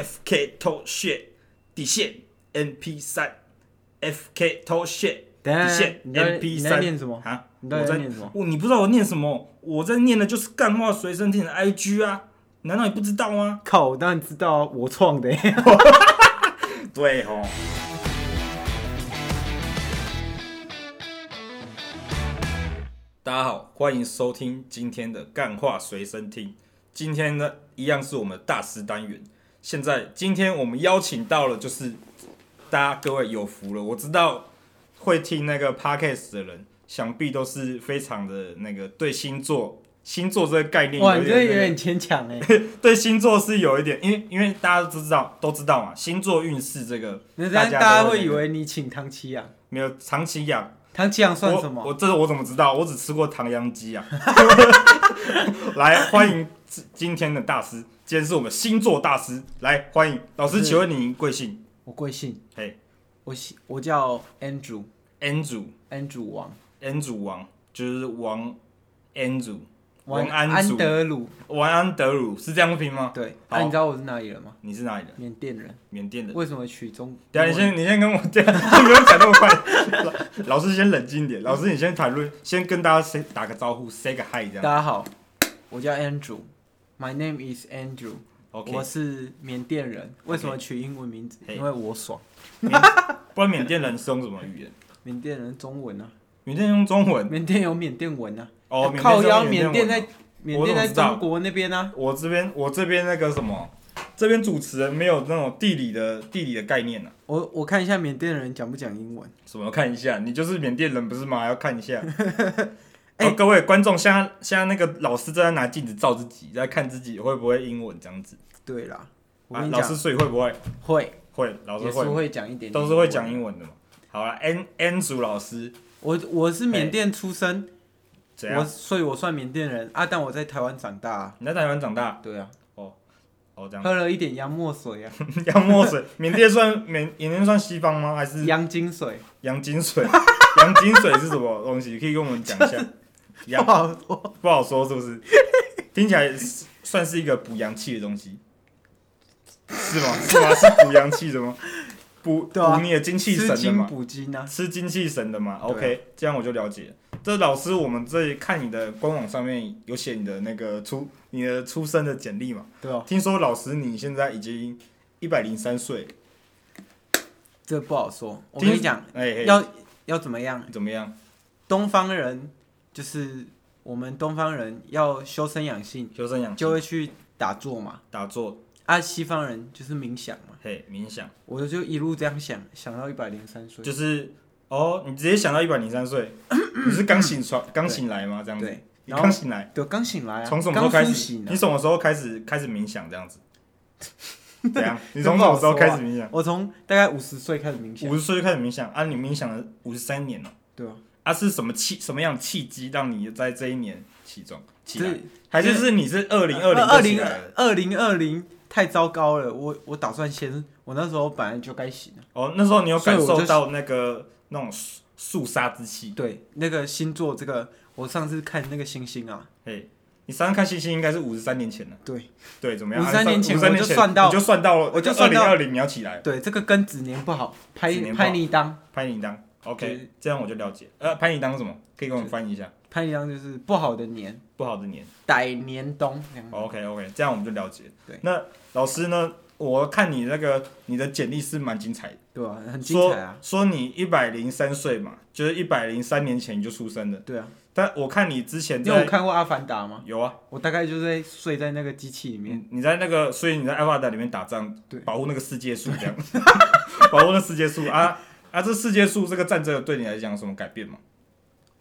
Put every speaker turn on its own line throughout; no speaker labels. FK 偷 shit 底线 NP 三 FK 偷 shit
等一
底
下
线，
你到底
NP
你在
三
念什么？
啊？
你到底
我
在
在
念什么？
我你不知道我念什么？我在念的就是干话随身听的 IG 啊，难道你不知道吗？
靠，我当然知道啊，我创 的。
对哦。大家好，欢迎收听今天的干话随身听。今天呢，一样是我们的大师单元。现在今天我们邀请到了，就是大家各位有福了。我知道会听那个 podcast 的人，想必都是非常的那个对星座、星座这个概念
哇，
有
你真的
点
有
那个
点牵强哎。
对星座是有一点，因为因为大家都知道都知道嘛，星座运势这个，
那这
大
样
家
大家
都
会以
那个
为你请唐奇阳，
没有长期养，
唐奇阳算
我
什么？
我这我怎么知道？我只吃过唐扬鸡 啊！来，欢迎今今天的大师，今天是我们星座大师，来欢迎老师，
是
请问您贵姓
我贵姓？
嘿，
我姓我叫 Andrew
？Andrew
Andrew 王
Andrew 王就是王 Andrew 王安
安
祖
德鲁。
王安德鲁是这样拼吗？
对，
好
啊那你知道我是哪里人吗？
你是哪里人？
缅甸人。
缅甸的。
为什么取中？
等一啊下，你先，你先跟我 这样，你不用讲那么快。 老老师先冷静一点，老师你先谈论，先跟大家 say 打个招呼，say 个 hi 这样。
大家好，我叫 Andrew。My name is Andrew，
OK，
我是缅甸人。为什么取英文名字？
嘿
因为我爽。
不然缅甸人是用什么语言？
缅甸人中文啊，
缅甸用中文
缅甸有缅甸文啊。
哦，缅甸
靠
是
腰，
用
缅
甸
甸
文哦
在缅
我怎
甸
么
在
知道
中国那边啊。
我这边，我这边那个什么，这边主持人没有那种地理的地理的概念呢、啊。
我我看一下缅甸人讲不讲英文。
什么？我看一下，你就是缅甸人不是吗？要看一 下。
哎
哦，各位观众，现在现在那个老师正在拿镜子照自己，在看自己会不会英文这样子。
对啦，我
啊，
跟你
老师
讲，
所以会不会？
会
会，老师
也
会
是。会讲一点，
都是会讲。英文的嘛。好了，N N 组老师
我我是缅甸出生，
怎
我
样？
所以我算缅甸人啊，但我在台湾长大啊。
你在台湾长大
对啊，
哦，这样。
喝了一点洋墨水啊，
洋墨 水，缅甸算缅缅甸算西方吗？还是
洋金水。
洋金水？ 洋金水是什么东西？可以跟我们讲一 下。
不
洋
好说，
不好说是不是？听起来是算是一个补阳气的东西，是吗？是吗？是补阳气的吗？补
对啊
补你的精 气神
吃
的
金
吗？
补金啊。
吃精气神的嘛。
对啊
OK，这样我就了解了。这老师，我们这里看你的官网上面有写你的那个出你的出生的简历嘛？
对啊，
听说老师你现在已经一百零三岁，
这不好说。我
听
跟你讲，
哎、嘿
要要怎么样？
怎么样？
东方人就是我们东方人要修身养性，
修身养
就
性，
会去打坐嘛。
打坐，
啊，西方人就是冥想嘛。
嘿，冥想，
我就一路这样想，想到一百零三岁。
就是哦，你直接想到一百零三 岁，你是刚醒床，刚醒来吗？这样子，
对，
你
然后
刚醒来，
对，刚醒来啊，
从什么时候
刚
开
苏
始？
醒啊
你什么时候开始开始冥想这 样子？怎样？你从什
这不好
么时候
说啊
开始冥想？
我从大概五十岁开始冥想，
五十岁就开始冥想啊，你冥想了五十三年了
对啊，
啊，是什么契什么样的契机让你在这一年其中起
这呃
来？还是是你是二零二零
二
零
零二零二零太糟糕了，我我打算先，我那时候本来就该醒了，
哦，那时候你有
所以
感
我就
受到那个那种肃肃杀之气？
对，那个星座这个，我上次看那个星星啊，
嘿，你上次看星星应该是五十三年前了，
对
对，怎么样？
53年前
五三年
我就算到
你就算到了，
我就
二
算
零
到
二零你要起来
对，这个跟子年不好，拍
哎子年不好
拍立当，
拍铃铛
就
，OK，
是
这样我就了解。呃，拍铃铛是什么？可以给我们翻译一下？
拍立当就是不好的年，
不好的年。
歹年冬这样，
OK OK，这样我哦们就了解。
对
那老师呢？我看你那个你的简历是蛮精彩的，
对吧、很精
说
彩啊，
说你一百零三岁嘛，就是一百零三年前你就出生的。
对啊，
但我看你之前
你有
在
看过《阿凡达》吗？
有啊，
我大概就在睡在那个机器里面，
你你在那个，所以你在艾 v 达里面打仗
对，
保护那个世界树这样， 保护那世界树啊啊！这世界树这个战争对你来讲有什么改变吗？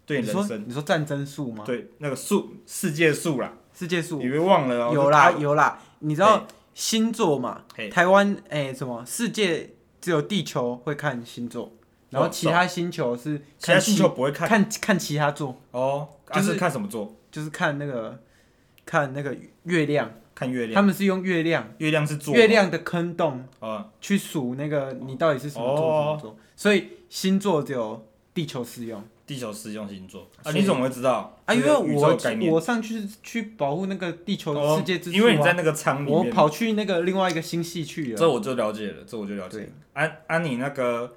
对
你
你
说
人生，
你说战争术吗？
对那个树世界树啦，
世界树
你别忘了哦，
有啦
就
有啦，你知道星座嘛
嘿？
台湾哎、什么世界只有地球会看星座，然后
哦
其他星球是
其他
看
星
其
球不会看
看看其他座，
哦，就
就是是
看什么座？
就是看那个看那个月亮，
看月亮，
他们是用月亮
月亮是座吗，
月亮的坑洞
啊，
去数那个你到底是什么座、
哦
什么座，所以星座只有地球适用。
地球实用星座啊，
所以
你怎么会知道
啊，因为
这个宇宙
我
概念
我上去去保护那个地球
哦
世界之、啊
因为你在那个舱里
我
面，
跑去那个另外一个星系去了。
这我就了解了，这我就了解了
对。
安安，你那个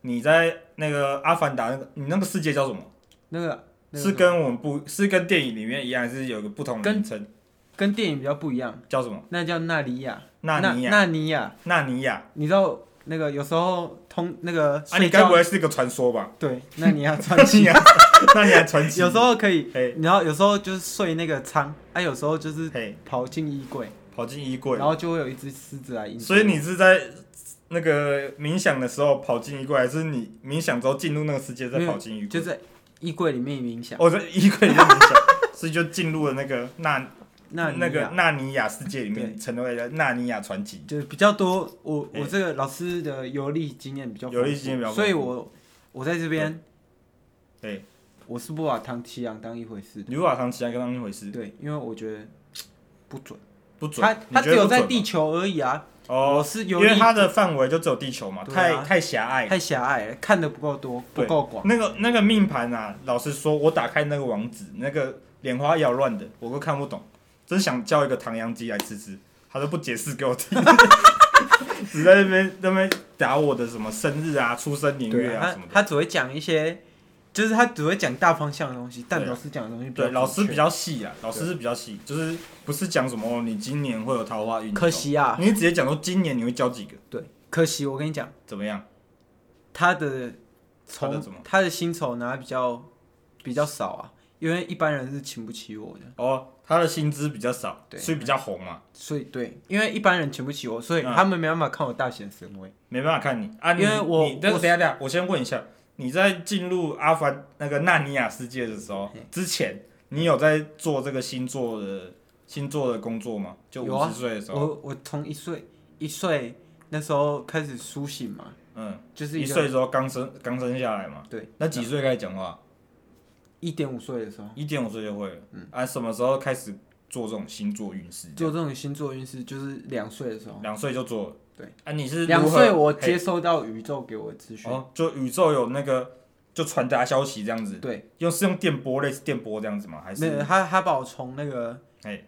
你在那个阿凡达那个你那个世界叫什么？
那个那
是
个什么
跟我们不是跟电影里面一样，还是有个不同的
跟
名称？
跟电影比较不一样，
叫什么？
那叫纳尼亚。
纳尼亚？
纳尼亚，
纳尼亚？
你知道那个有时候通那个
啊，你
睡
该
觉、
不会是一个传说 吧？
对，那你要穿
纳尼
起。
亚，纳尼亚传奇。
有时候可以，
嘿，
然后有时候就是睡那个仓，啊，有时候就是
嘿，
跑进衣柜，
跑进衣柜
然，后就会有一只狮子来迎接。
所以你是在那个冥想的时候跑进衣柜，还是你冥想之后进入那个世界再跑进衣
就
柜？
在衣柜里面冥想。
我在衣柜里面冥想，所以就进入了那 个纳
那
那
尼
个
亚
纳尼亚世界里面，成为了纳尼亚传奇。
就是比较多，我
嘿
我这个老师的游历经验比较丰
哎游历
富
经验比较丰富
所以我我在这边
对，
我是不把唐奇阳当一回事，
吕瓦唐奇还跟他们一回事，
对，因为我觉得不准，
不准
他，他
你觉
只
得
有
不准
在
吗
地球而已啊，
哦，
我是
因
游历
为它的范围就只有地球嘛，
对
太
啊
太狭隘。
太狭隘了，看的不够多，不
对
够广，
那个那个命盘啊，老实说，我打开那个网址，那个眼花缭乱的，我都看不懂，真想叫一个唐扬鸡来吃吃，他都不解释给我 听，只在那边那边打我的什么生日啊、出生年
对
月啊
啊
什么，的。
他他只会讲一些，就是他只会讲大方向的东西，但
对啊
老师讲的东西比较
对，老师比
较
较细啊，老师是比较细，就是不是讲什么哦你今年会有桃花运，
可，惜啊，
你直接讲说今年你会交几个，
对，可惜我跟你讲，
怎么样？
他的
他的
酬
怎么
他的薪酬拿比较比较少啊，因为一般人是请不起我的。
哦，他的薪资比较少，
对
所以比较红嘛，
所以对，因为一般人请不起我，所以
嗯
他们没办法看我大显神威。
没办法看你啊，你
因为我
你等
我
等一下等一下，我先问一下，你在进入阿凡那个纳尼亚世界的时候之前，你有在做这个星座的星座的工作吗？就
有
五
啊
十岁的时候，
我我从一岁一岁那时候开始苏醒嘛，
嗯，
就是
一
个
岁啊的时候刚生刚生下来嘛，
对，
那几岁开始讲话？
一点五岁的时候
一点五岁就会了，
嗯
啊，什么时候开始做这种星座运势？
做这种星座运势，就是两岁的时候，
两岁就做了，
对，
啊，你是
两
如何
岁我
嘿
接收到宇宙给我的资讯，
哦，就宇宙有那个就传达消息这样子，
对，
用是用电波类似电波这样子吗？还
没有
是
他他把我从那个
哎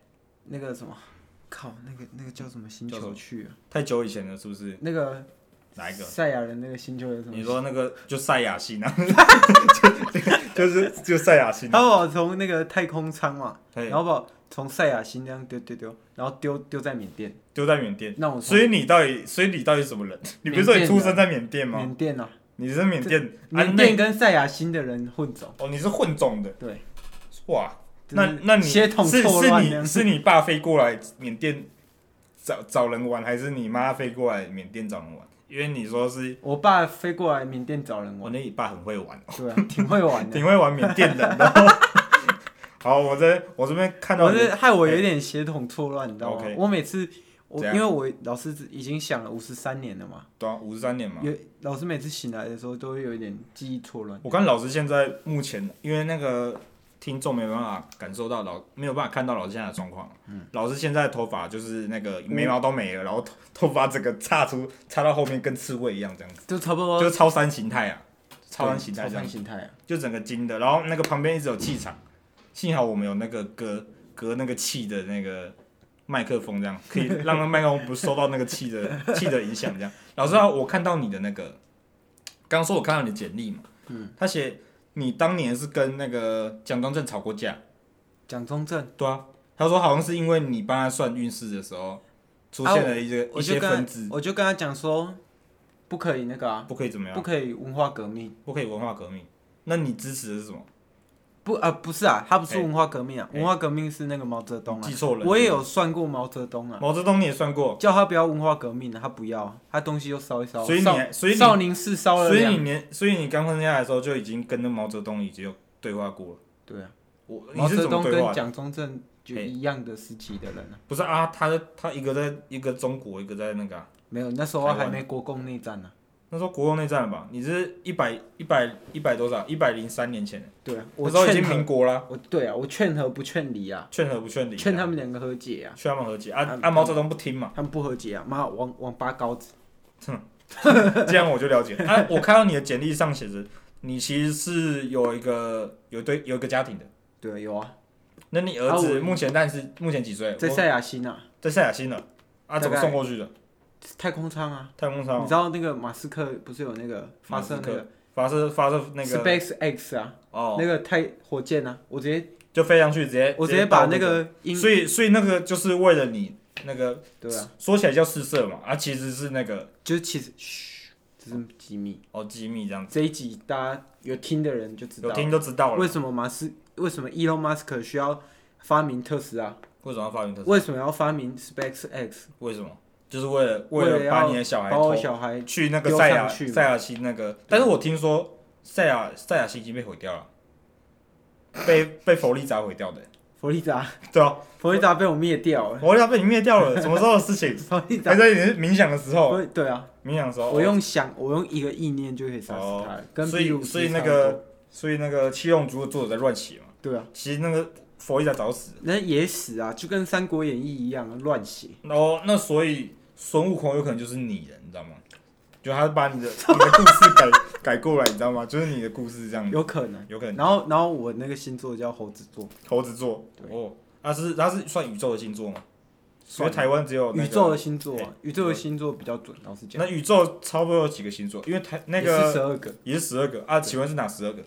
那个什么，靠那个那个叫什么星
叫什
球
么
去了，
太久以前了，是不是？
那个
哪一个？
赛亚人那个星球有什么
你？说那个 就赛亚星啊， 就就是就赛亚星
他
啊，
把我从那个太空舱嘛，
对
然，后把我从赛亚星这样丢丢丢，然后丢丢在缅甸，
丢在缅甸。
让我从
所以你到底，所以你到底什么人？你不是说你出生在缅甸吗？
缅甸啊，
你是缅甸，
缅
啊
甸跟赛亚新的人混走，
那哦，你是混种的，
对，
哇，
就是
那那你
血统
是
错
是
乱这样
你是你爸飞过来缅甸找找人玩，还是你妈飞过来缅甸找人玩？因为你说是
我爸飞过来缅甸找人
我
玩，
那你爸很会玩，
对啊，挺会玩的。
挺会玩缅甸人 的 哦。好，我这我这边看到
我
你
是害我有点血统错乱，你知道吗
OK？
我每次我
怎
因
样
为我老师已经想了五十三年了嘛，
对啊五十三年嘛，
有老师每次醒来的时候都会有一点记忆错乱。
我看老师现在目前，因为那个听众没办法感受到老，没有办法看到老师现在的状况。
嗯
老师现在的头发就是那个眉毛都没了，然后头头发整个插出插到后面跟刺猬一样这样子，
就差不多
就是超三形态啊，超三
完
形态
超
这样
凡
子，
形态啊，
就整个金的，然后那个旁边一直有气场，幸好我们有那个隔隔那个气的那个。麦克风这样可以让那麦克风不受到那个气的 气的影响，这样。老师啊，我看到你的那个，刚说我看到你的简历嘛，嗯，他写你当年是跟那个蒋中正吵过架，
蒋中正，
对啊，他说好像是因为你帮他算运势的时候出现了一些、
啊我
一
就
些
跟
分
他
支，
我就跟他讲说，不可以那个啊，
不可以怎么样，
不可以文化革命，
不可以文化革命。那你支持的是什么？
不啊不是啊，他不是
哎
文化革命啊，
哎
文化革命是那个毛泽东
你
啊
记。错了，
我也有算过毛泽东啊，
毛泽东你也算过，
叫他不要文化革命了，啊他不要，他东西又烧一烧，
所以你
少
还所以你
少林寺烧了
所以
两，
你年，所以你刚生下来的时候就已经跟那毛泽东已经有对话过了。
对啊，
我你
毛
是
泽
怎么
东
对
跟
话的？
蒋中正就
嘿
一样的时期的人啊，
不是啊，他他一个在一个中国，一个在那个啊、
没有那时候
台湾
还没国共内战呢、
那时候国共内战了吧？你是一百一百一百多少？一百零三年前了，
对啊，
那
我
时候已
劝
经
和
民国啦，
我对啊，我劝和不劝离啊，
劝和不劝离，
劝他们两个和解啊，
劝他们和解啊
嗯
啊！毛泽东不 听嘛，
他们不和解啊，妈王王八羔子，
这样我就了解。啊，我看到你的简历上写着你其实是有一个有对有一个家庭的。
对，有啊，
那你儿
啊
子
我
目前但是目前几岁？
在
我
塞亚西纳
在塞亚新了啊？怎么
大概
送过去的？
太空舱啊，
太空
你
舱
知道那个马斯克不是有那个发射那个
发射发射那个
Space X 啊，
哦，
那个太火箭啊，我直接
就飞上去直接
我直
接
接
到
把那个音
所以所以那个就是为了你那个
对啊，
说起来叫试射嘛，啊其实是那个
就是其实嘘，这是机密，
哦机密这样子，
这一集大家有听的人就知道
有听就知道了。
为什么马斯为什么 Elon Musk 需要发明特斯拉，
为什么要发明特斯
为什么要发明 Space X，
拉？为什么？就是为了
为了
了把
要
你的小孩
把我
偷
小孩
去那个
丢
塞
上
亚
去嘛啊
塞亚西那个，但是我听说塞亚塞亚西已经被毁掉了，被被佛利砸毁掉的，
佛利达，
对 啊，
佛利达被我灭掉了，
佛利砸被你灭掉了，什么时候的事哦情？
佛利达
还，在你是冥想的时候，
佛利对啊，
冥想的时候，
我用想我用一个意念就可以杀死他了，跟
哦所
B-52
以所以那
差不多
个所以那个七龙珠的作者在乱写嘛，
对啊，
其实那个佛利达早死了，
那野史啊，就跟《三国演义》一样啊乱写，
然后那所以孙悟空有可能就是你了，你知道吗？就他把 你的你的故事改改过来，你知道吗？就是你的故事这样子，
有可能。
有可能
然后然后我那个星座叫猴子座，
猴子座
对
哦，他是他是算宇宙的星座吗？所
算啊
以台湾只哦有那
宇
个
宙的星座
哎
啊，宇宙的星座比较准，老实讲，
那宇宙差不多有几个星座？因为台那
也是十
个
二个，
也是十二个啊，请问是哪十二个？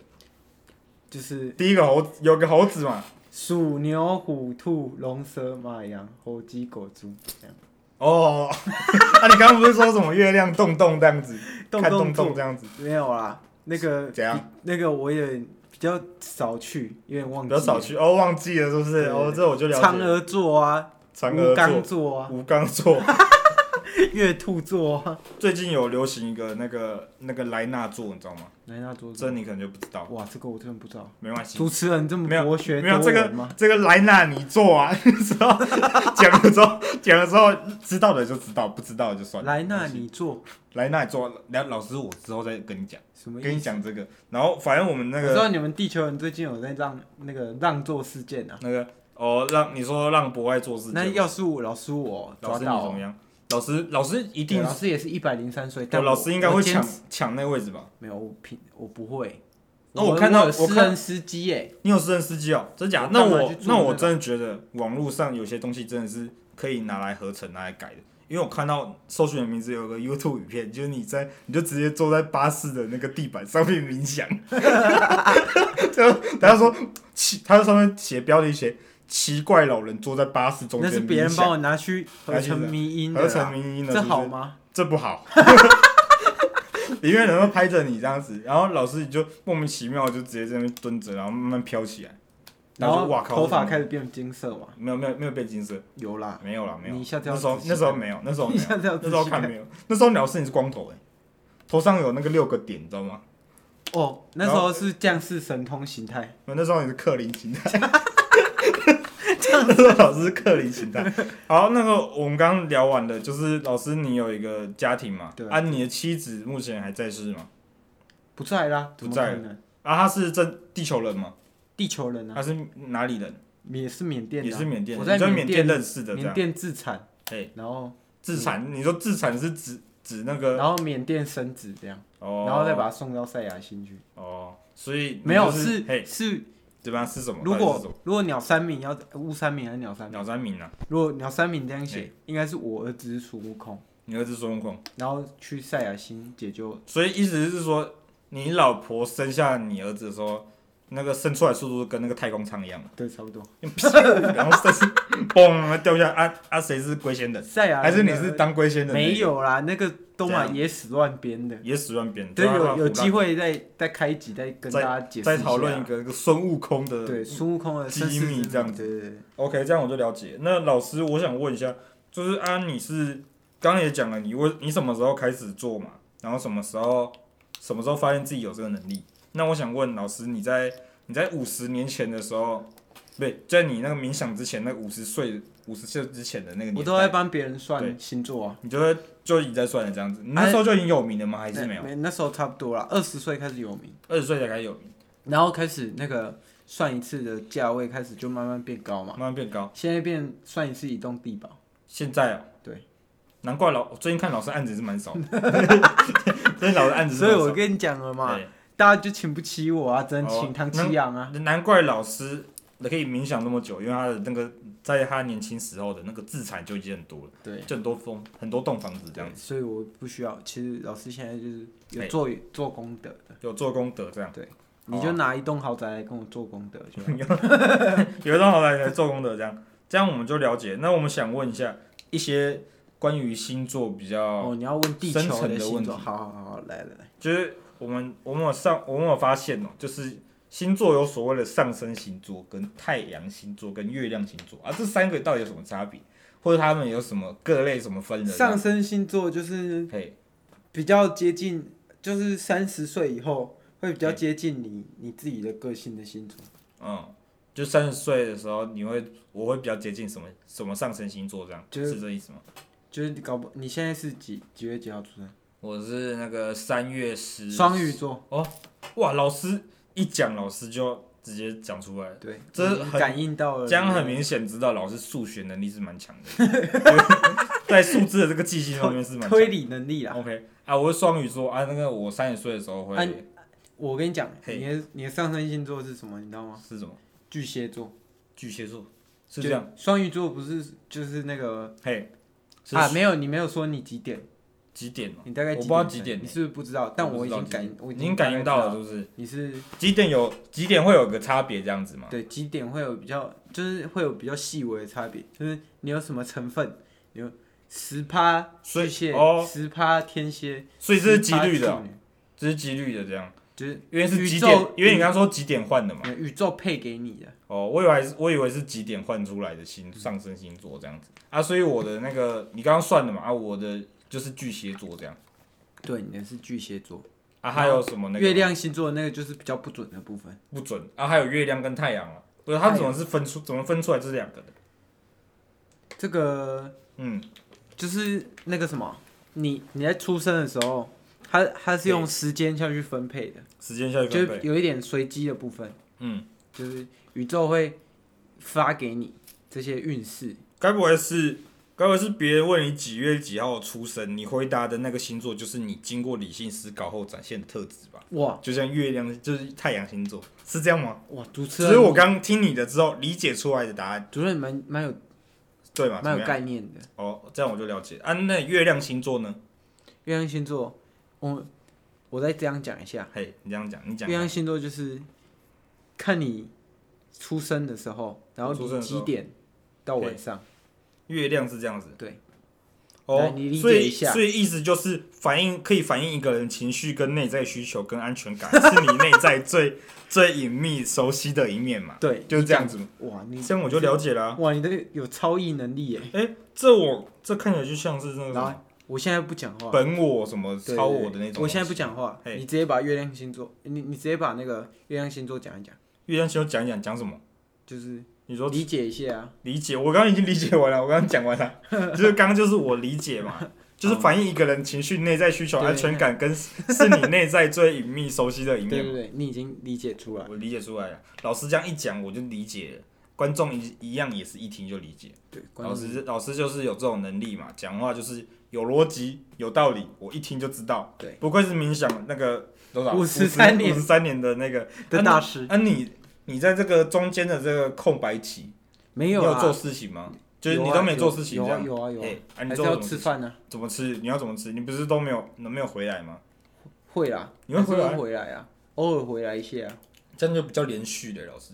就是
第一个猴有个猴子嘛？
鼠、牛、虎、兔、龙、蛇、马、羊、猴、鸡、狗、猪，这样
哦， 啊，你刚刚不是说什么月亮洞洞这样子，
洞
看
洞
洞洞
洞
这样子，
没有啦，那个
怎样？
那个我也比较少去，有点忘
比
记，
较少。去哦，忘记了是不是？
对
哦，这我就了
嫦
解。
娥座啊，
嫦
吴刚
娥
座
座、
啊，
吴刚座，
月兔座啊，
最近有流行一个那个那个莱纳座，你知道吗？
哪那座？
这你可能就不知道，
哇，这个我真的不知道。
没关系。
主持人这么
没有
博学
没有
多
这
闻
个
吗？
这个莱纳你做啊， 知道？讲了之后，讲了之后，知道的就知道，不知道的就算了。
莱纳，你做
莱纳你做，老老师我之后再跟你讲，
什么意思？
跟你讲这个。然后反正我们那
我知
个
道你们地球人最近有在让那个让座事件啊。
那个哦，让你说让博爱做事情，
那要是我老师我
老
抓
师你
到
怎么
哦，
样？老师老师一
一
定
老师也是一百零三岁，
对，
但
老
我
师应该会。
我
抢
坚持
抢那个位置吧？
没有，我平我不会。
那哦我看到
有
我
私
看
人司机耶，
你有私人司机哦，真假
我？
那
干嘛
我
去做
那我
那个
真的觉得网络上有些东西真的是可以拿来合成、拿来改的。因为我看到搜寻的名字有个 YouTube 影片，就是你在你就直接坐在巴士的那个地板上面冥想， 就他就说奇，他就上面写标题写奇怪老人坐在巴士中
那
间冥
是
想，
别人帮我拿去合成迷音的
合成
啦，
民音的，
这
是不是
好吗？
这不好。 里面人都拍着你这样子，然后老师你就莫名其妙就直接在那边蹲着，然后慢慢飘起来，
然
后就哇
后
靠，
头发
这
开
是
始变金色嘛，
什么没有没有没有被金色，
有啦，
没有啦没有，
你下次要
那时候
仔细
那时候
看
没有，那时候没 有，
你下次要
那
仔
时候
细
看
看
没有，那时候老师你是光头哎、头上有那个六个点，你知道吗？
哦。那时候是降世神通形态，
我那时候你是克林形 态， 那时候老师是克林形态。好，那个我们刚刚聊完的，就是老师你有一个家庭嘛？
对
啊，你的妻子目前还在世吗？
不在啦，
不在了
怎么可能
啊，她是真地球人吗？
地球人啊，
他是哪里人？
也是缅甸的
也
啊，
是缅甸人，
我
你
在
在
缅
缅
甸
认识的这
缅
样。
甸自产，
对，
然后
自产，你说自产是指指那个
然后缅甸生子这样，
呃哦，
然后再把它送到塞牙星去。
哦，所以
没有
你就是
是
嘿，
是，
怎么样是什么？
如
到底是什
果
么
如果鸟三明要乌三明还是鸟三明？
鸟山明啊，
如果鸟三明这样写，应该是我儿子是孙悟空，
你儿子孙悟空，
然后去塞牙星解救。
所以意思是说，你老婆生下你儿子的时候，那个生出来速度跟那个太空舱一样，
对，差不多。
用然后生嘣掉下来，啊啊，谁是龟仙人？
塞牙
还是你
那个
是当龟仙人？
啊没，有啦，那个都
怎
嘛
样
野史乱编的。
也死乱编，
对，
就让他
有有
胡乱
机会再再开一集，再跟大家解释
再
一下
讨论一个那个孙悟空的
对孙悟空的
机
身世
密
之
这样
谜对对对，
OK，这样我就了解。那老师，我想问一下，就是啊，你是刚刚也讲了，你为你什么时候开始做嘛？然后什么时候什么时候发现自己有这个能力？那我想问老师，你在你在五十年前的时候，不对，在你那个冥想之前，那五十岁五十岁之前的那个
我
年
都在
代，
帮别人
对
算星座啊。
你就会就已经在算了这样子。你那时候就已经有名了吗？还是没有？
没，那时候差不多啦，二十岁开始有名，
二十岁才开始有名，
然后开始那个算一次的价位开始就慢慢变高嘛，
慢慢变高。
现在变算一次移动地保，
现在啊，
对，
难怪老我最近看老师案子是蛮少的，最近老师案子是
所以
蛮少
我
的，
跟你讲了嘛，
对
大家就请不起我啊，只能
哦
请唐奇阳啊。
难怪老师可以冥想那么久，因为他的那个在他年轻时候的那个自产就已经很多了，
对，
就很多栋很多栋房子嗯这样，
所以我不需要。其实老师现在就是有
哎哦
做、做功德的，
有做功德这样。
你就拿一栋豪宅来跟我做功德就好。
有一张好来来做功德，这样这样我们就了解。那我们想问一下一些关于星座比较，
哦，你要问地
深
球
层的
星
问
座，
题
好好好好，来来来，
就是我们我们有上我们有发现哦、就是星座有所谓的上升星座、跟太阳星座、跟月亮星座啊，这三个到底有什么差别，或者他们有什么各类什么分啊的？
上升星座就是
嘿，
比较接近，就是三十岁以后会比较接近你你自己的个性的星座。
嗯，就三十岁的时候，你会我会比较接近什么什么上升星座这样，
就是
是这意思吗？
就是你搞不，你现在是几几月几号出生？
我是那个三月十
双鱼座，
哇，老师一讲，老师就直接讲出来，
对，
这
我已经
很
感应到了，
这样很明显知道老师数学能力是蛮强 的，在数字的这个记性方面是蛮强
推理能力啦。
OK 啊，我是双鱼座啊，那个我三十岁的时候会、
啊我跟你讲，
嘿
你的你的上升星座是什么？你知道吗？
是什么？
巨蟹座，
巨蟹座是这样，
就。双鱼座不是就是那个
嘿，是
啊？没有，你没有说你几点，
几点哦？
你大概
我
几
不知道
点
几
生？
点
你是不是不知道？但
我
我
不
已
知道
经
几
感
点，
我
已
已
经
大
感
概
应
知
到了，
道
是，不是？
你是
几点有几点会有个差别这样子吗？
对几点会有比较，就是会有比较细微的差别，就是你有什么成分，你有十趴
所以
巨蟹
哦，
十趴天蝎，
所以这是几率的
10%
哦，
处女，
这是几率的这样，
就是
因为是几点
宇宙，
因为你刚刚说几点换的嘛。
呃宇宙配给你的。
哦，我以为是，我以为是几点换出来的星上升星座这样子啊，所以我的那个你刚刚算的嘛啊，我的就是巨蟹座这样
对，你的是巨蟹座，
啊，还有什么那个
月亮星座那个就是比较不准的部分。
不准啊，还有月亮跟太阳啊，不是它怎么是分出怎么分出来这两个的？
这个
嗯，
就是那个什么，你你在出生的时候，它它是用时间下去分配的，
时间下去
就
分
是
配，
有一点随机的部分，
嗯，
就是宇宙会发给你这些运势。
该不会是该不会是别人问你几月几号出生，你回答的那个星座就是你经过理性思考后展现的特质吧？
哇
哦就像月亮就是太阳星座是这样吗？
哇，主持
只
人，
是我刚听你的之后理解出来的答案，
主持人蛮蛮有
对吗？怎么
蛮有
样？
概念的。
哦，这样我就了解啊。那月亮星座呢？
月亮星座，我我再这样讲一下，
嘿，你这样讲，你讲
月。亮星座就是看你出生的时候，然后
出生
你
的时候
几点到晚上，
月亮是这样子。
对。来
哦
你理，解
所以
一下
所以意思就是反映可以反映一个人情绪、跟内在需求、跟安全感， 是你内在最 最隐秘、熟悉的一面嘛？
对，
就是这样子嘛。
哇，你
这样我就了解了、啊。
哇，你的有超意能力耶！
哎、这我这看起来就像是那个什
然
么
后我现在不讲话，
本我什么
啊对
超我的那种东西。
我现在不讲话，
嘿
你直接把月亮星座，你你直接把那个月亮星座讲一讲，
月亮星座讲一讲讲什么？
就是
你说
理解一下啊。
理解，我刚刚已经理解完了，我刚刚讲完 了，就是刚刚就是我理解嘛，就是反映一个人情绪、内在需求、
哦对
安全感，跟是你内在最隐秘、熟悉的一
对
面
对
嘛。
对，你已经理解出来。
我理解出来了，老师这样一讲，我就理解了。观众一一样也是一听就理解，
对，关
老
于
师老师就是有这种能力嘛，讲话就是有逻辑、有道理，我一听就知道。
对，
不愧是冥想那个多少
53年
五十三年的那个
的大师
啊你你在这个中间的这个空白期，
没
你有
啊
做事情吗？就是
有
你
啊
都没做事情
有
这
啊
样。
有啊有啊
哎，啊你
还是
做什
要
么
吃
事？
饭呢？
怎么吃？你要怎么吃？你不是都没有没有回来吗？
会啦，
你会
还是
回来
回来啊，偶尔回来一下啊，
这样就比较连续的老师。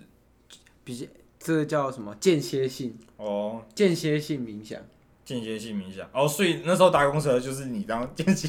比较这个叫什么间歇性
哦，
间歇性冥想。
间歇性冥想。哦，所以那时候搭公车就是你当 间歇，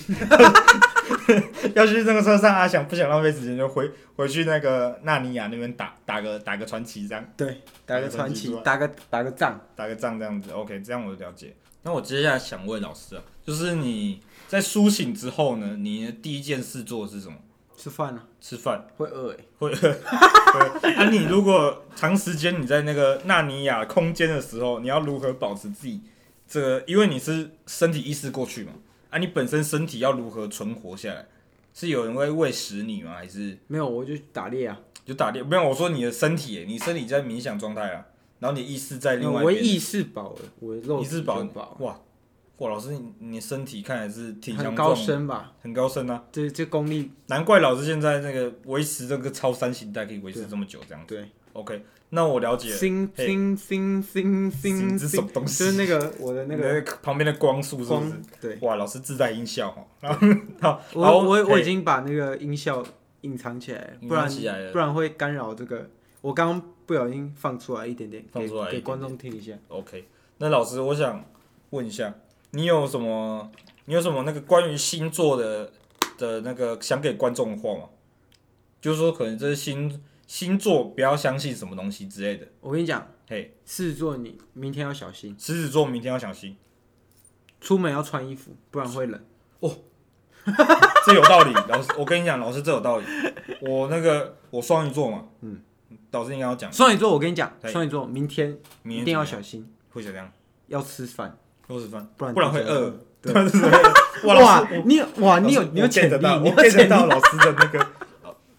要去那个车上啊，想不想浪费时间就回回去那个纳尼亚那边打打个打个传奇这样，
对，打个
打个
传
传奇之
奇
外，
打个打个仗。
打个仗这样子。OK，这样我就了解。那我接下来想问老师啊，就是你在苏醒之后呢，你的第一件事做的是什么？
吃饭了、
吃饭。
会饿哎、
会， 对啊，你如果长时间你在那个纳尼亚空间的时候，你要如何保持自己这个？因为你是身体意识过去嘛，啊，你本身身体要如何存活下来？是有人会喂食你吗？还是
没有我就打猎啊，
就打猎？没有，我说你的身体耶，你身体在冥想状态啊，然后你意识在另外
我
一
会
边，
意识饱了，我的肉
意
体
识
就
饱
饱了，
哇，哇，老师你你身体看来是挺
很
强
高
壮，
深吧？
很高深啊，
这这功力
难怪老师现在那个维持这个超三形态可以维持
对
这么久这样子。
对，
OK，那我了解了。
星
嘿
星星星星
星是什么东西
就是那个我的那
那
个
个旁边的光束是不
光
是？，
对
哇，老师自带音效哦。然后
我
然后
我我
嘿
已经把那个音效隐藏起来了，
隐
哎不然
藏起来了
不然会干扰这个。我刚刚不小心放出来一点点，
放
给
出来一点
给
点
观众听一下。
OK，那老师，我想问一下，你有什么你有什么那个关于星座的的那个想给观众的话吗？就是说，可能这是星星座不要相信什么东西之类的。
我跟你讲，
嘿，
狮子座你明天要小心，
狮子座明天要小心，
出门要穿衣服，不然会冷。
这有道理。老师，我跟你讲，老师这有道理。我那个我双鱼座嘛，
嗯，
老师应该要讲，
双鱼座，我跟你讲，
对
双鱼座明天
明
一
天
定要
怎么
小心，
样会怎样？
要吃饭，
六十分，
不然
不然会
就
饿。
对
哇，老
哇
师，，
你有哇，你有
老师
你有
我
潜
get
力，
到
你
我
有潜
get 到
力。
老师的那个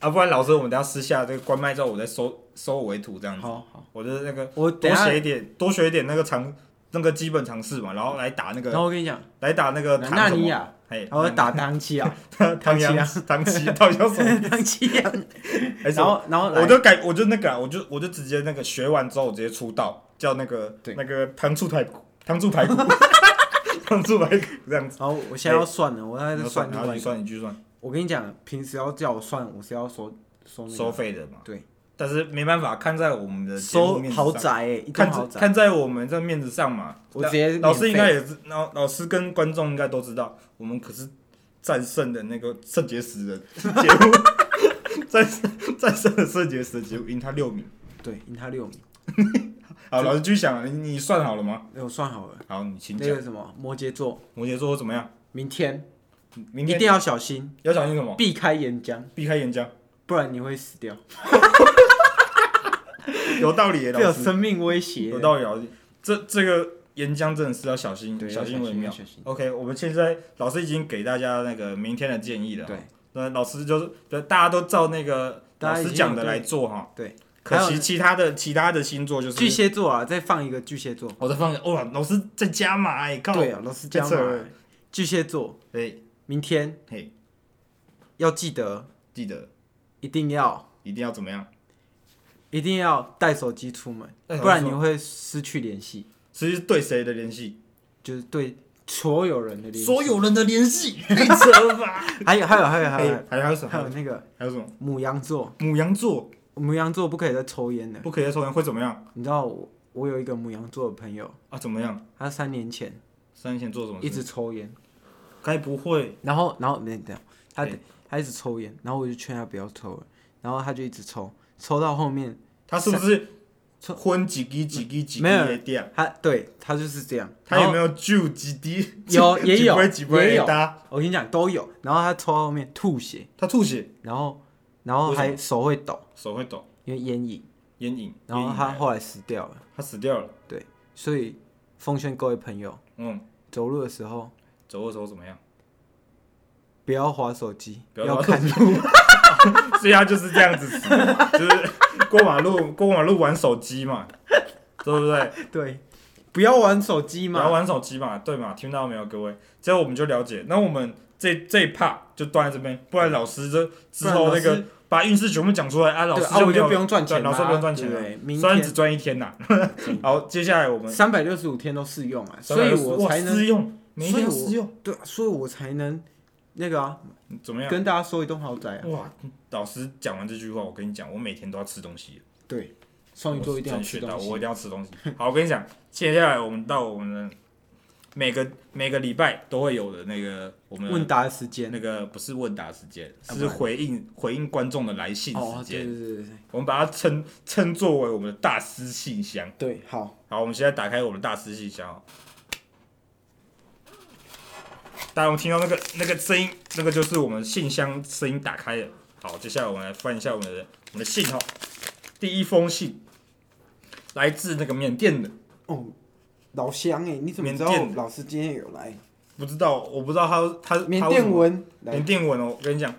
啊，不然老师，我们等一下私下这个关麦之后，我再收收为徒这样子。
好好，
我的那个
我等
多
一下
写，一点，多学一点那个常那个基本常识嘛，然后来打那
然
个
后我跟你讲，
来打那个
南
唐
纳
什么
尼亚，
嘿，
然后打唐七 啊，
唐
唐
阳唐奇到底叫什么？
唐七啊，
还是
然后然后来
我就改，我就那个啊，我就我就直接那个学完之后，我直接出道，叫那个
对
那个糖醋排骨，糖醋排骨， 糖醋排骨这样子。
然后我现在要算了，我还在
然后算，
算另
然后
外
你
一个。
算，你继续算。
我跟你讲，平时要叫我算，我是要收收那
收
个
费的嘛。
对，
但是没办法，看在我们的节目
收
面子上
豪，宅欸，一栋
看
豪
在
宅。
看在我们这面子上嘛。
我直接
老老师
免
应
费
该也知，老老师跟观众应该都知道，我们可是战胜的那个肾结石的节目， 战胜战胜了肾结石的节目，赢他六名。
对，赢他六名，
好，老师继续讲，你你算好了吗？
哎我算好了。
好，你请
那
讲。
个什么摩羯座，
摩羯座怎么样？
明天
明
一
天
定要小心，
要小心什么？
避开岩浆，
避开岩浆，
不然你会死掉，
有道理耶，
这有
老师，
生命威胁
有。道理，老师，这这个岩浆真的是要小心，
对，
小心
要
为妙
要。小心。
OK，我们现在老师已经给大家那个明天的建议了。
对，
那老师就是，对大家都照那个
大
老
家已经
师讲的来做哈。
对，
可
还有
惜其他的其他的星座就是
巨，蟹座啊，再放一个巨蟹座。
我在放哇，老师在加码哎，靠，
对啊，老师
太
讲
扯
嘛
了，
巨蟹座
对，
明天
嘿，
要记得，
记得
一定要
一定要怎么样？
一定要带手机出门，
带手机
哎不然
出
你
门
会失去联系，
其实对谁的联系？
就是对所有人的联系。
所有人的联 系，太扯了吧？
还有还有还有还有
哎还有什
还有
么？
那个
还有什么？
母羊座，
母羊座
母羊座不可以再抽烟了。
不可以再抽烟会怎么样
你知道我我有一个母羊座的朋友，
啊？怎么样？
他三年前
三年前做什么事？
一直抽烟，
该不会
然后然后没等他
哎
他一直抽烟，然后我就劝他不要抽了，然后他就一直抽，抽到后面
他是不是昏几滴几滴几滴
没有
的掉？
他对他就是这样，
他有
然后
没有就几滴？
有也有
几杯
也有
他
我跟你讲都有，然后他抽到后面吐血，
他吐血，
然后然后
为什么
还手会抖，
手会抖，
因为烟瘾，
烟瘾，
然后
烟瘾
他后来死掉了，
他死掉了。
对，所以奉劝各位朋友，
嗯，
走路的时候
走的时候怎么样？
不要划手机，
不要划
看
手
路，
所以他就是这样子死的嘛，就是过马路过马路玩手机嘛，对不对？
对，不要玩手机
然后
嘛，
玩手机嘛，对嘛？听到没有，各位？这样我们就了解。那我们这这一 part 就断在这边，不然老师这之后那
不然老
个
师
把运势全部讲出来啊，老
对
师
啊，我
没有
就不用赚
对
钱啦，
老师不用赚钱了
对，明
虽然只
天
赚一天 呐。好，接下来我们
三百六十五天都适用啊，所以我
哇
才能
试用，每一天都
所以我
试用，
对啊，所以我才能那个啊，
怎么样？
跟大家说一栋豪宅啊，
哇，老师讲完这句话，我跟你讲，我每天都要吃东西。
对，双鱼座一定要
我
吃
是真
东
学到我
西
一，定要吃东西。好，我跟你讲，接下来我们到我们的每个每个礼拜都会有的那个我们
问答的时间
那个不是问答时间，
啊
是回应回应观众的来信
哦
时，
对
间。
对对对对
我们把它称称作为我们的大师信箱。
对，好，
好，我们现在打开我们的大师信箱哦。大家有没有听到那个那个声音，那个就是我们信箱声音打开的。好，接下来我们来翻一下我们的我们的信哈。第一封信来自那个缅甸的，
哦，老乡哎，你怎么
缅
知道
甸
老师今天有来？
不知道我不知道他他
缅
他为什
甸
么
文
缅
来，
甸文哦，我跟你讲，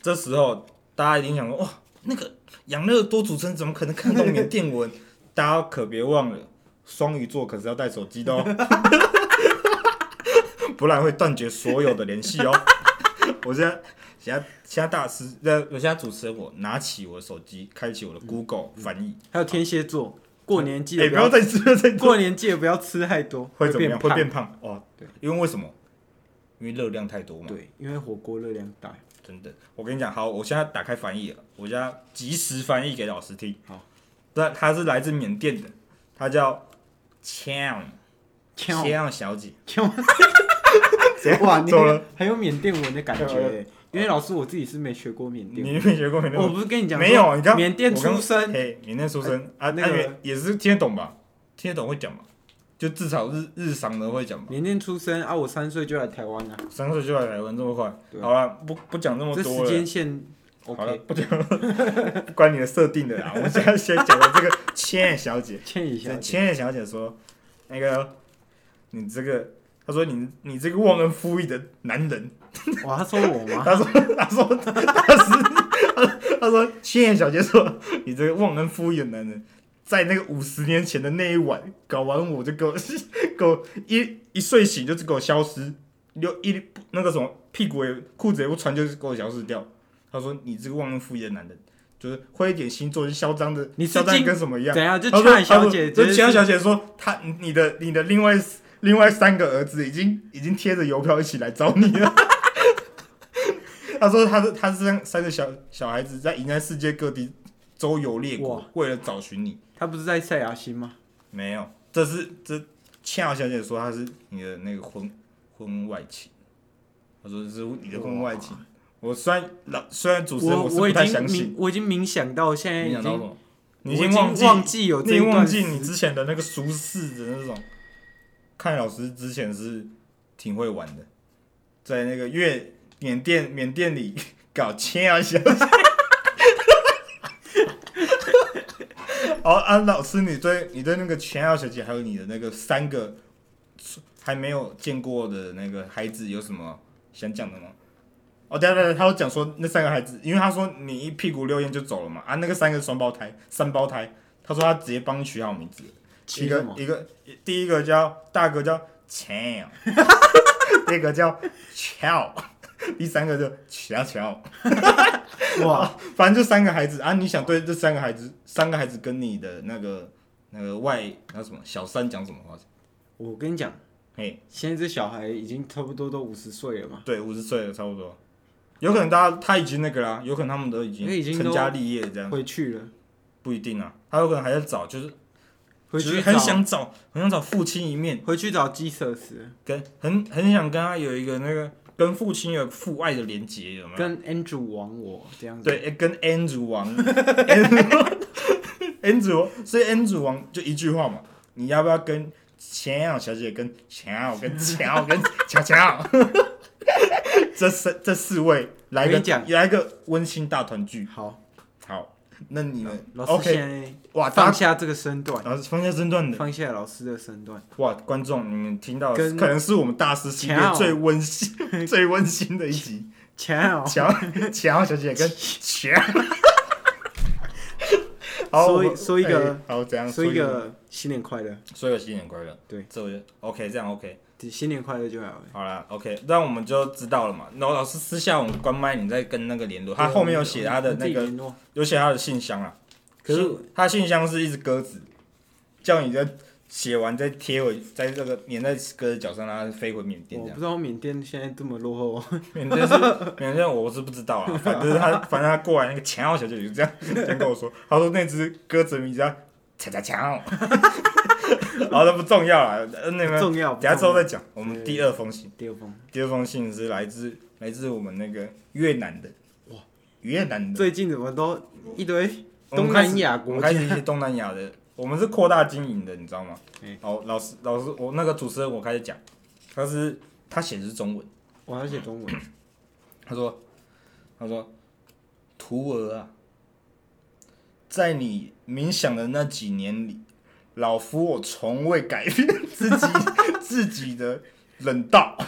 这时候大家一定想说，哇，那个养乐多主持人怎么可能看得懂缅甸 文？大家可别忘了，双鱼座可是要带手机的哦。 不然会断绝所有的联系哦。我现在现在现在大师，呃，我现在主持人我拿起我的手机，开启我的 Google 翻译，
还有天蝎座，过年嗯记
哎，
得
不
不
要
要
再吃了，再做
过年记得不要吃太多，
会怎么
变
样？会
胖。
变胖哦。
对，
因为为什么？因为热量太多嘛。
对，因为火锅热量大。
等等，我跟你讲，好，我现在打开翻译了，我现在及时翻译给老师听。
好，
那她是来自缅甸的，她叫 Chang
呛
Chang 小姐。
呛，
谁
哇，你
走了？
很有缅甸文的感
有有
觉。因为老师我自己是没学过缅
你
甸，
没学过缅甸
哦我
文？
不是跟你讲
没有，你
说
看
缅甸
我刚
出生，哎
嘿，缅甸出生啊，
那
那
个
也也是听得懂吧？听得懂会讲吧？就至少日日常的会讲吧。
缅甸出生啊，我三岁就来台湾了，
三岁就来台湾这么快，
对啊
好了，不不讲那么
这
多
时
了
间。线
好了，
OK，
不讲了， 关你的设定的啦。我们现在先讲到这个千小姐，
欠一下。
千小姐说，那个你这个，她说你你这个忘恩负义的男人，
哇，他说我吗？
她说她说她是她说千小姐说你这个忘恩负义的男人，在那个五十年前的那一晚搞完我就给我 给我一一睡醒就是给我消失，就一那个什么屁股也裤子也不穿就是给我消失掉。她说你这个忘恩负义的男人，就是会一点星座就嚣张的，
你是
嚣张
金
跟什 么一样？
怎样？就
他说
呛小姐，
啊他说就呛
呛
小姐说，她你的你的另外另外三个儿子已经已经贴着邮票一起来找你了。 他说他是他是让三个小小孩子在赢在世界各地周游列国
哇，
为了找寻你。
他不是在塞牙星吗？
没有，这是这恰小姐说她是你的那个婚婚外情，她说这是你的婚外情。我虽然老虽然主持人
我
是不
已
太
经
相信
明，，我已经冥想到现在
你
已
想到什
经，
么？你
我
已经
忘
记
记有这
你
一
忘
段
记你
时
之前的那个舒适的那种。看老师之前是挺会玩的，在那个越缅甸缅甸里 搞千啊 小姐。好，安、哦啊老师，你对你对那个千啊小姐，还有你的那个三个还没有见过的那个孩子有什么想讲的吗？哦，对对对，他有讲说那三个孩子，因为他说你一屁股溜烟就走了嘛，啊，那个三个双胞胎，三胞胎，他说他直接帮你取好名字，一
取
个
什么
一个第一个叫大哥叫 Chang，第二个叫 Chao，第三个就 Chao Chao，
哇，
反正就三个孩子啊，你想对这三个孩子，三个孩子跟你的那个那个外那什么小三讲什么话？
我跟你讲，
嘿，
现在这小孩已经差不多都五十岁了嘛，
对，五十岁了差不多，有可能大家他已经那个啦，有可能他们都已经
因为已经都
成家立业这样，
回去了，
不一定啊，他有可能还在找，就是
回
就是
去
很
找
想找很想找父亲一面，
回去找 Jesus，
跟很很想跟他有一个那个跟父亲有父爱的连结，有没有？
跟 Andrew 王我这样
嗯
子，
对，诶跟 Andrew 王 ，Andrew Andrew，所以 Andrew 王就一句话嘛，你要不要跟钱小姐跟钱跟乔跟乔乔， 这四这四位来
我跟
个
你讲
来个温馨大团聚。
好，
好，那你们
老师
OK
现
哇，
在放
大家嗯
下这个身段，
老师放下身段的
放下老师的身段，
哇，观众你们听到的
跟
可能是我们大师系列
乔
最温 馨最温馨的一集。
钱哦，
乔乔小姐跟乔，
说一
我
说一个
哎好怎样？
说一，个新年快乐，
说一个新年快乐。
对，
这我就 OK，这样 OK，
新年快乐就好了。
好啦 o k 那我们就知道了嘛。然后老师私下我们关麦，你再跟那个联络，他后面有写他的那
我自己
个，
联络，
有写他的信箱啊。
可是
信他信箱是一只鸽子，叫你在写完再贴回，在这个粘在鸽子脚上，让它飞回缅甸
我
这样。
不知道缅甸现在这么落后，
缅甸是 缅甸，我是不知道啊。反正他反正他过来那个强奥小姐就这样这样跟我说，他说那只鸽子名字叫恰恰强，好，那不重要了，呃那
不
个
重要。不
等下之后
重要
再讲。我们第二封信，
第二封，
第二封信是来自来自我们那个越南的，哇，越南的，
最近怎么都一堆
我们
东
开始
南亚
我
国
们
家
开始一些东南亚的，我们是扩大经营的，你知道吗
嗯？
好，老师老师，我那个主持人我开始讲，他是他写的是中文。
我要写中
嗯
文，
他说：“他说，徒儿啊，在你冥想的那几年里，老夫我从未改变自己 自己的冷道。”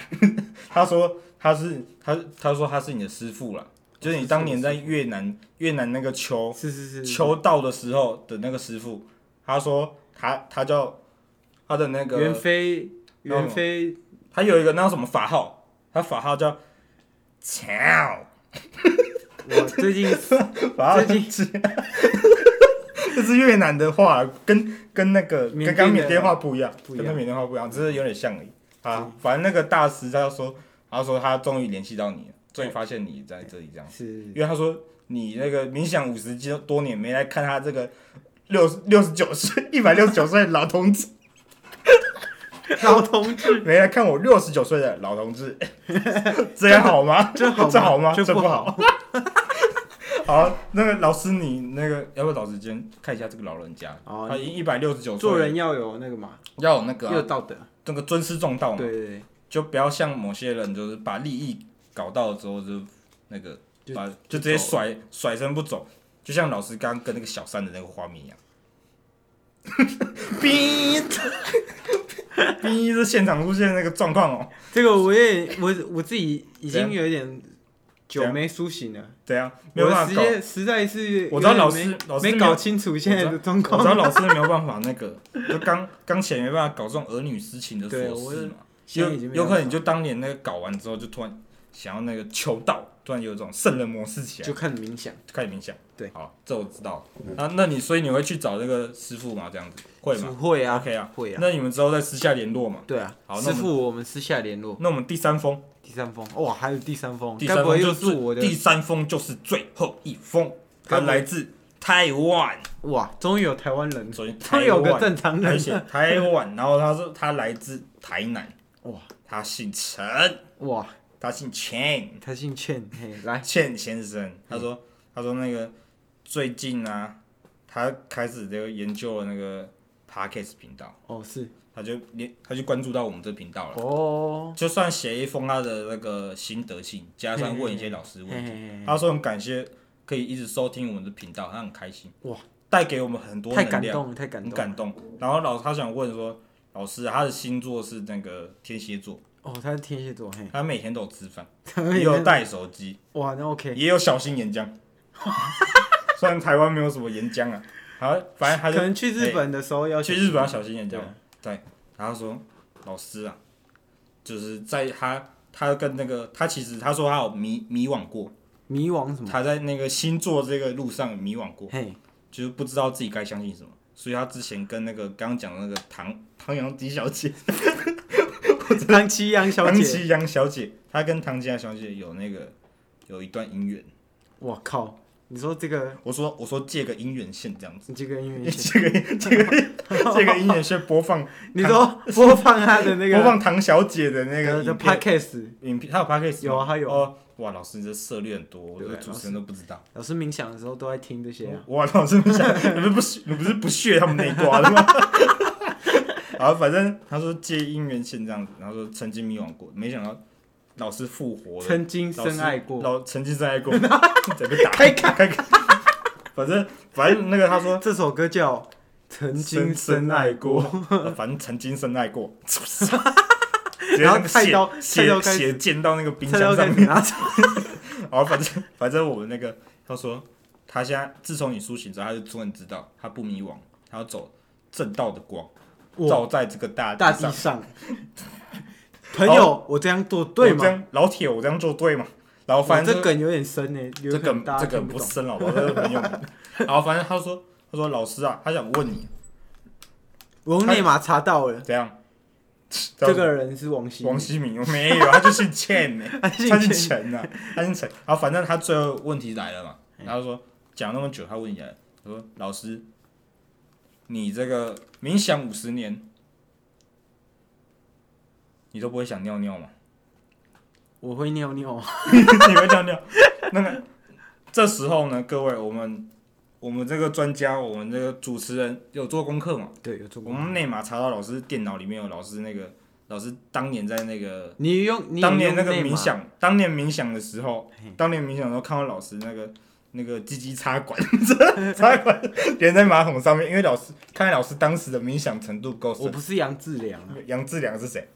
他说：“他是他，他说他是你的师傅啦，就是你当年在越南越南那个丘
是是是，
丘道的时候的那个师傅。”他说他他叫他的那个
袁飞，
那什么
袁飞
他有一个那叫什么法号，他法号叫“操
我最 近”，
法号
最
近这是越南的话，跟跟那个跟
缅甸的
刚刚缅甸话不一样，
不一
跟
样
那缅甸话不一样，只是有点像而已。啊，反正那个大师他就说，他说他终于联系到你了，终于发现你在这里这样。
是
因为他说你那个冥想五十多年没来看他这个六六十九岁一百六十九岁的老同志，
老同志，
没来看我六十九岁的老同志， 这样好吗？
这好
这好吗？
这
这
不
好。好，那个老师，你那个要不要找时间看一下这个老人家？
哦
他已经一百六十九岁了，
做人要有那个嘛，
要有那个
要
啊、
有道德。
那个尊师重道嘛，
对对
就不要像某些人就是把利益搞到之后就那个
就
把就
就
直接
走了
甩甩身不走，就像老师刚刚跟那个小三的那个画面一样。逼，逼是现场出现那个状况哦，
对，这个我也我我自己已
怎
经
样
有一点
怎
久
样
没苏醒了，
怎样？没有
我
办
实
法搞。
在实在是
我知道
有点
老师
没
老师没有
没搞清楚现在的状
我知道
况，
老师没有办法那个，就刚刚起来没办法搞这种儿女私情的
对
琐
我
事
是
嘛。
现
有
在已经没
有可能你
办法
就当年那个搞完之后，就突然想要那个求道，突然有一种圣人模式起来
就，看冥想。
开始冥想。
对，
好，这我知道。那、那你所以你会去找那个师傅吗？这样子会吗
会啊，
？OK 啊，
会啊。
那你们之后再私下联络嘛？
对啊
好，那
师
我们
傅，我们私下联络。
那我们第三封，
第三封，哇，还有第三封，
第
该
三
不
封
会
就
又是我的
第三封就是最后一封，它
该不会
来自台湾，
哇，终于有台湾人，
所以
终于
台
有个
湾，
正常
而
人
且台湾，然后他说他来自台南，
哇
他姓陈，
哇，
他姓钱，
他姓倩，嘿，来，
倩先生，他说、他说那个最近啊，他开始这个研究了那个 Parkes 频道。
哦是，
他就连他就关注到我们这频道了，
哦，
就算写一封他的那个心得信，加上问一些老师
嘿
问题，
嘿
他说很感谢可以一直收听我们的频道，他很开心，
哇，
带给我们很
嘿
多
太
能
感
量，
动了，太感
很
动了，
感动。然后老他想问说，老师啊他的星座是那个天蝎座，
哦，他是天蝎座，嘿，
他每天都有吃 饭，
他
也
们
有带手机，
哇，那 OK，
也有小心岩浆， 虽然台湾没有什么岩浆啊，好，反正他
可
就
能去日本的时候要
去日本要小心眼睛。对，然后说老师啊，就是在他他跟那个他其实他说他有迷迷惘过，
迷惘什么，
他在那个星座这个路上迷惘过，
嘿，
就是不知道自己该相信什么。所以他之前跟那个刚刚讲的那个唐唐阳迪小姐、
唐七阳小
唐
姐，
奇阳小姐，她跟唐奇阳小姐有那个有一段姻缘。
我靠，你说这个
我说我说借个姻缘线这样子，
这个音乐线，
借个借个借个姻缘线播放
你说播放他的 那
播
个
放唐小姐的那个
的
影片
podcast，
影片，他有 podcast
有啊
吗
他有
哦，哇，老师你这涉猎很多，我
对
这个主持人都不知道。
老师冥想的时候都在听这些啊，
哇，老师不想，你们不是 你不是不屑他们那一挂的吗？ 然后反正他说借姻缘线这样子，然后说曾经迷惘过，没想到老师复活了，
曾经
老师
深爱过，
老曾经深 爱过，整个打开开开开，反正反正那个他说
这首歌叫《曾经深爱过》，
过，反正曾经深爱 过，
然后菜刀
写
菜刀开始
写溅到那个冰
菜刀
箱上面
开始。拿出
然后反正反正我们那个他说，他现在自从你苏醒之后，他就终于知道他不迷惘，他要走正道的光，
我
照在这个大
大
地
地
上。
上。朋友，我这样做对
我这
吗？
样老铁，我这样做对吗？然后
哇
反正
这
个
梗有点深欸呢，有
这
可能
梗
大
这
家
梗
听不
不
懂。
深了，我这个没用。 然后反正他说他说老师啊，他想问你
我用内码查到了，
怎样？
这个人是王希。
王希明我没有，他就姓倩呢、
他姓
他姓
钱
陈啊，他姓陈。然后反正他最后问题来了嘛，然后说讲那么久，他问你来了，他说老师，你这个冥想五十年，你都不会想尿尿吗？
我会哦尿尿，
你会尿尿？那个这时候呢，各位，我们我们这个专家，我们这个主持人有做功课嘛？
对，有做
我
过。
们内码查到老师电脑里面有老师那个老师当年在那个
你用你
当年
用
那个
内码
冥，想，当年冥想的时候
嘿，
当年冥想的时候看到老师那个那个鸡鸡插管，插 管连在马桶上面，因为老师看来老师当时的冥想程度够
我
深。
不是杨志良啊，
杨志良是谁？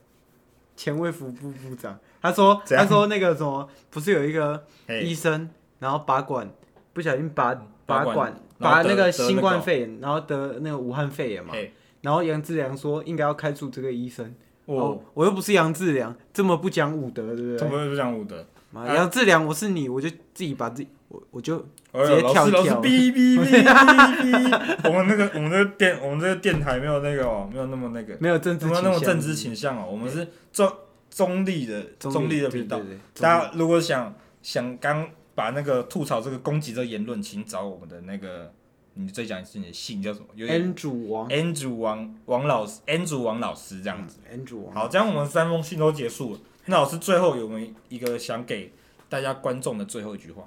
前卫福部部长。他说
怎样
他说那个什么，不是有一个
嘿，
医生，然后拔管，不小心拔
拔
拔
管
管，
然后
拔
得
那个
得那
新
个
冠
哦
肺炎，然后得那个武汉肺炎嘛。
嘿，
然后杨志良说应该要开除这个医生，
哦，啊
我又不是杨志良，这么不讲武德，对不
他
对？
不会不讲武德，
妈
啊
杨志良，我是你，我就自己把自己，我我就
哎呦
直接
老师
跳
老
一
师
跳
哔哔哔哔哔，我们那个我们这个电我们这个电台没有那个哦，没有那么那个，
没有政治
没有
倾
那么
向，
政治倾向哦，我们是中中立的中立的频道。，大
大
家如果想想刚把那个吐槽这个攻击这个言论，请找我们的那个，你最讲一次你的姓叫什么？有点
Andrew 王
Andrew 哎王王老师，Andrew 王老师这样子。
，Andrew 王，
好，这样我们三封信都结束了。那老师最后有没有一个想给大家观众的最后一句话？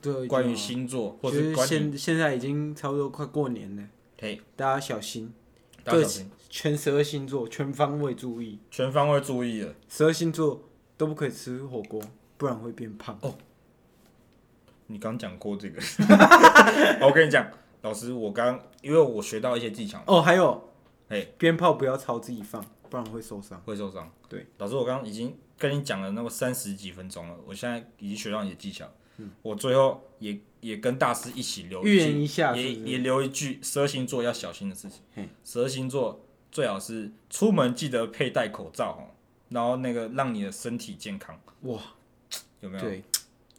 对，
关于
就
星座，或
就是
是关于
现现在已经差不多快过年了，
嘿，
大家小心，
大家小心，
全十二星座全方位注意，
全方位注意了。
十二星座都不可以吃火锅，不然会变胖。
你刚讲过这个， 我跟你讲，老师，我刚因为我学到一些技巧，
哦，还有，
嘿，
鞭炮不要朝自己放，不然会受伤。
会受伤。
对，
老师，我刚刚已经跟你讲了那么三十几分钟了，我现在已经学到你的技巧。我最后也也跟大师一起留一
预言
句，
嗯一下
也
是不是
也留一句蛇星座要小心的事
嘿
情。蛇星座最好是出门记得佩戴口罩哦，然后那个让你的身体健康，
哇，
有没有？
对，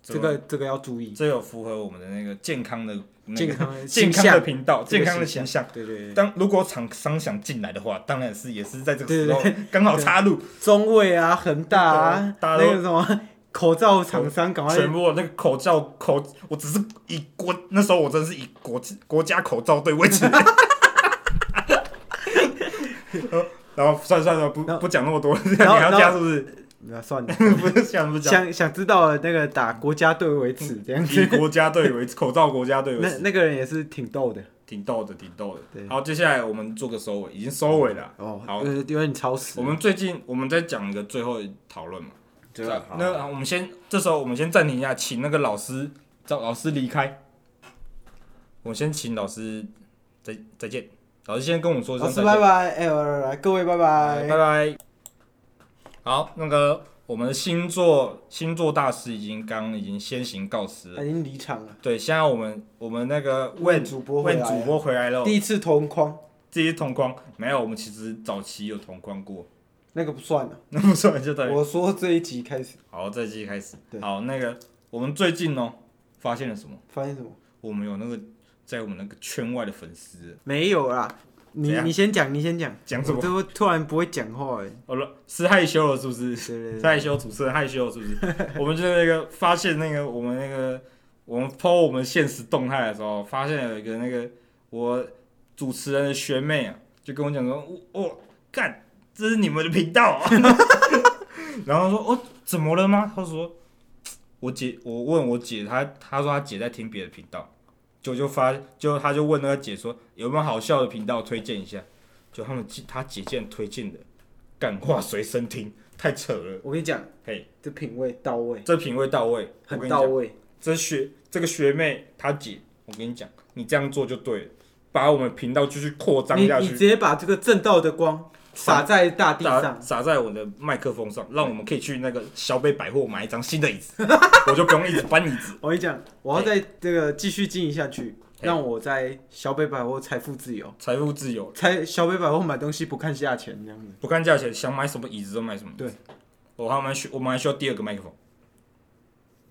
这个这个要注意
这有符合我们的那个健康的那个
健康 的
健康
形
的
象
频道，
这
健
个
康的形象。
对对对，
当如果厂商想进来的话，当然是也是在这个
对
时
对
候刚好插入，
中卫啊，恒大啊，
大
那
家都
个什么口罩厂商赶快
全部那个口罩口，我只是以国那时候我真是以国际国家口罩队为主。 然后算了算了，不
然后
不讲那么多，你
然后
要加是不是？
那算了，
不是想不讲，
想想知道了那个打国家队为止这样
以
子。
国家队为口罩国家队为
那
主，
那个人也是挺逗的
挺逗的，挺逗的。
对
好，接下来我们做个收尾，已经收尾了。
哦，
好
呃有点超时。
我们最近我们在讲一个最后讨论嘛，
对
在
好
那我们先这时候我们先暂停一下，请那个老师叫老师离开。我先请老师再再见，老师先跟我们说声
老
再见，
师拜拜，哎，来来各位拜拜。
拜拜。好，那个我们的星座星座大师已经刚已经先行告辞
他
了。
已经离场了，
对，现在我们我们那个
问
问
主播回
问
来
主
了
播回来了，
第一次同框，
这些同框没有，我们其实早期有同框过，
那个不算了。
那不算就等于
我说这一集开始
好，这集开始
对。
好，那个我们最近哦，发现了什么？
发现什么？
我们有那个在我们那个圈外的粉丝
没有啦，
怎
你
样
你先讲，你先讲。
讲什么
我都突然不会讲话哎。
哦了，是害羞了是不是？
对对
是
对，
害羞，主持人害羞了是不是？ 我们就是那个发现那个我们那个我们 PO 我们现实动态的时候，发现有一个那个我主持人的学妹啊，就跟我讲说，我哦干，这是你们的频道、啊， 然后说哦怎么了吗？她说我姐，我问我姐，她她说她姐在听别的频道，就就发就她就问那个姐说有没有好笑的频道推荐一下，就他们她姐竟然推荐的感化随身听，太扯了，
我跟你讲，
嘿，
这品味到位，
这品味到位，我跟
很
你
到
讲，
位。
这学这个学妹她姐，我跟你讲，你这样做就对了，把我们频道继续扩张
你
下
你
去
直。接把这个正道的光洒在大地
打
上，
洒在我的麦克风上，让我们可以去那个小北百货买一张新的椅 子，我就不用一直搬椅子。
我跟你讲，我要
哎
再这个继续经营下去，
嘿
让我在小北百货财富自由，
财富自由，
财小北百货买东西不看价钱这样子。
不看价钱，想买什么椅子就买什么椅子。
对
我还蛮需，我们还需要第二个麦克风。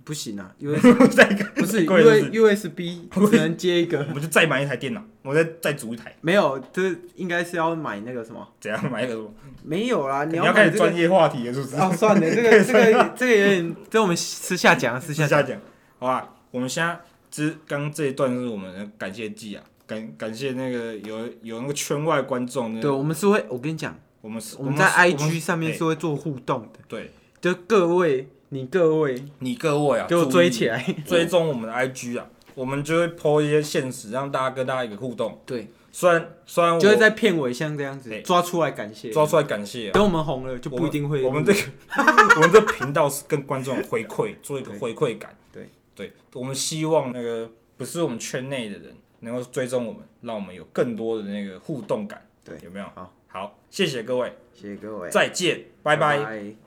不行啊，U
再一个，
不是
贵了是
U USB 只能接一个
我，们就再买一台电脑，我再再组一台，
没有，这应该是要买那个什么？
怎样买一个什么？
没有啦，
你
你
要
买
开
这
始
个
专业话题了，是不是？
哦，算了，这
可以
个这个这个有点，这我们私下讲，啊私
私
下
下讲，好吧？我们现在这刚这一段是我们的感谢季啊，感感谢那个有有那个圈外观众呢
对，，我们是会，我跟你讲，
我们是
我们在
是哎我
IG 上面
哎
是会做互动的，
对
就各位你各位
你各位啊，
给我
注意
追起来，
追踪我们的 IG 啊，我们就会 PO 一些现实，让大家跟大家一个互动。
对，
虽然虽然我
就会在片尾像这样
哎
子抓出来感谢，
抓出来感谢啊、
等我们红了就不一定会
我们这个我们这频道是跟观众回馈，做一个回馈感。
对
对，我们希望那个不是我们圈内的人能够追踪我们，让我们有更多的那个互动感。
对
有没有？
好，
好，谢谢各位，
谢谢各位，
再见，拜拜
拜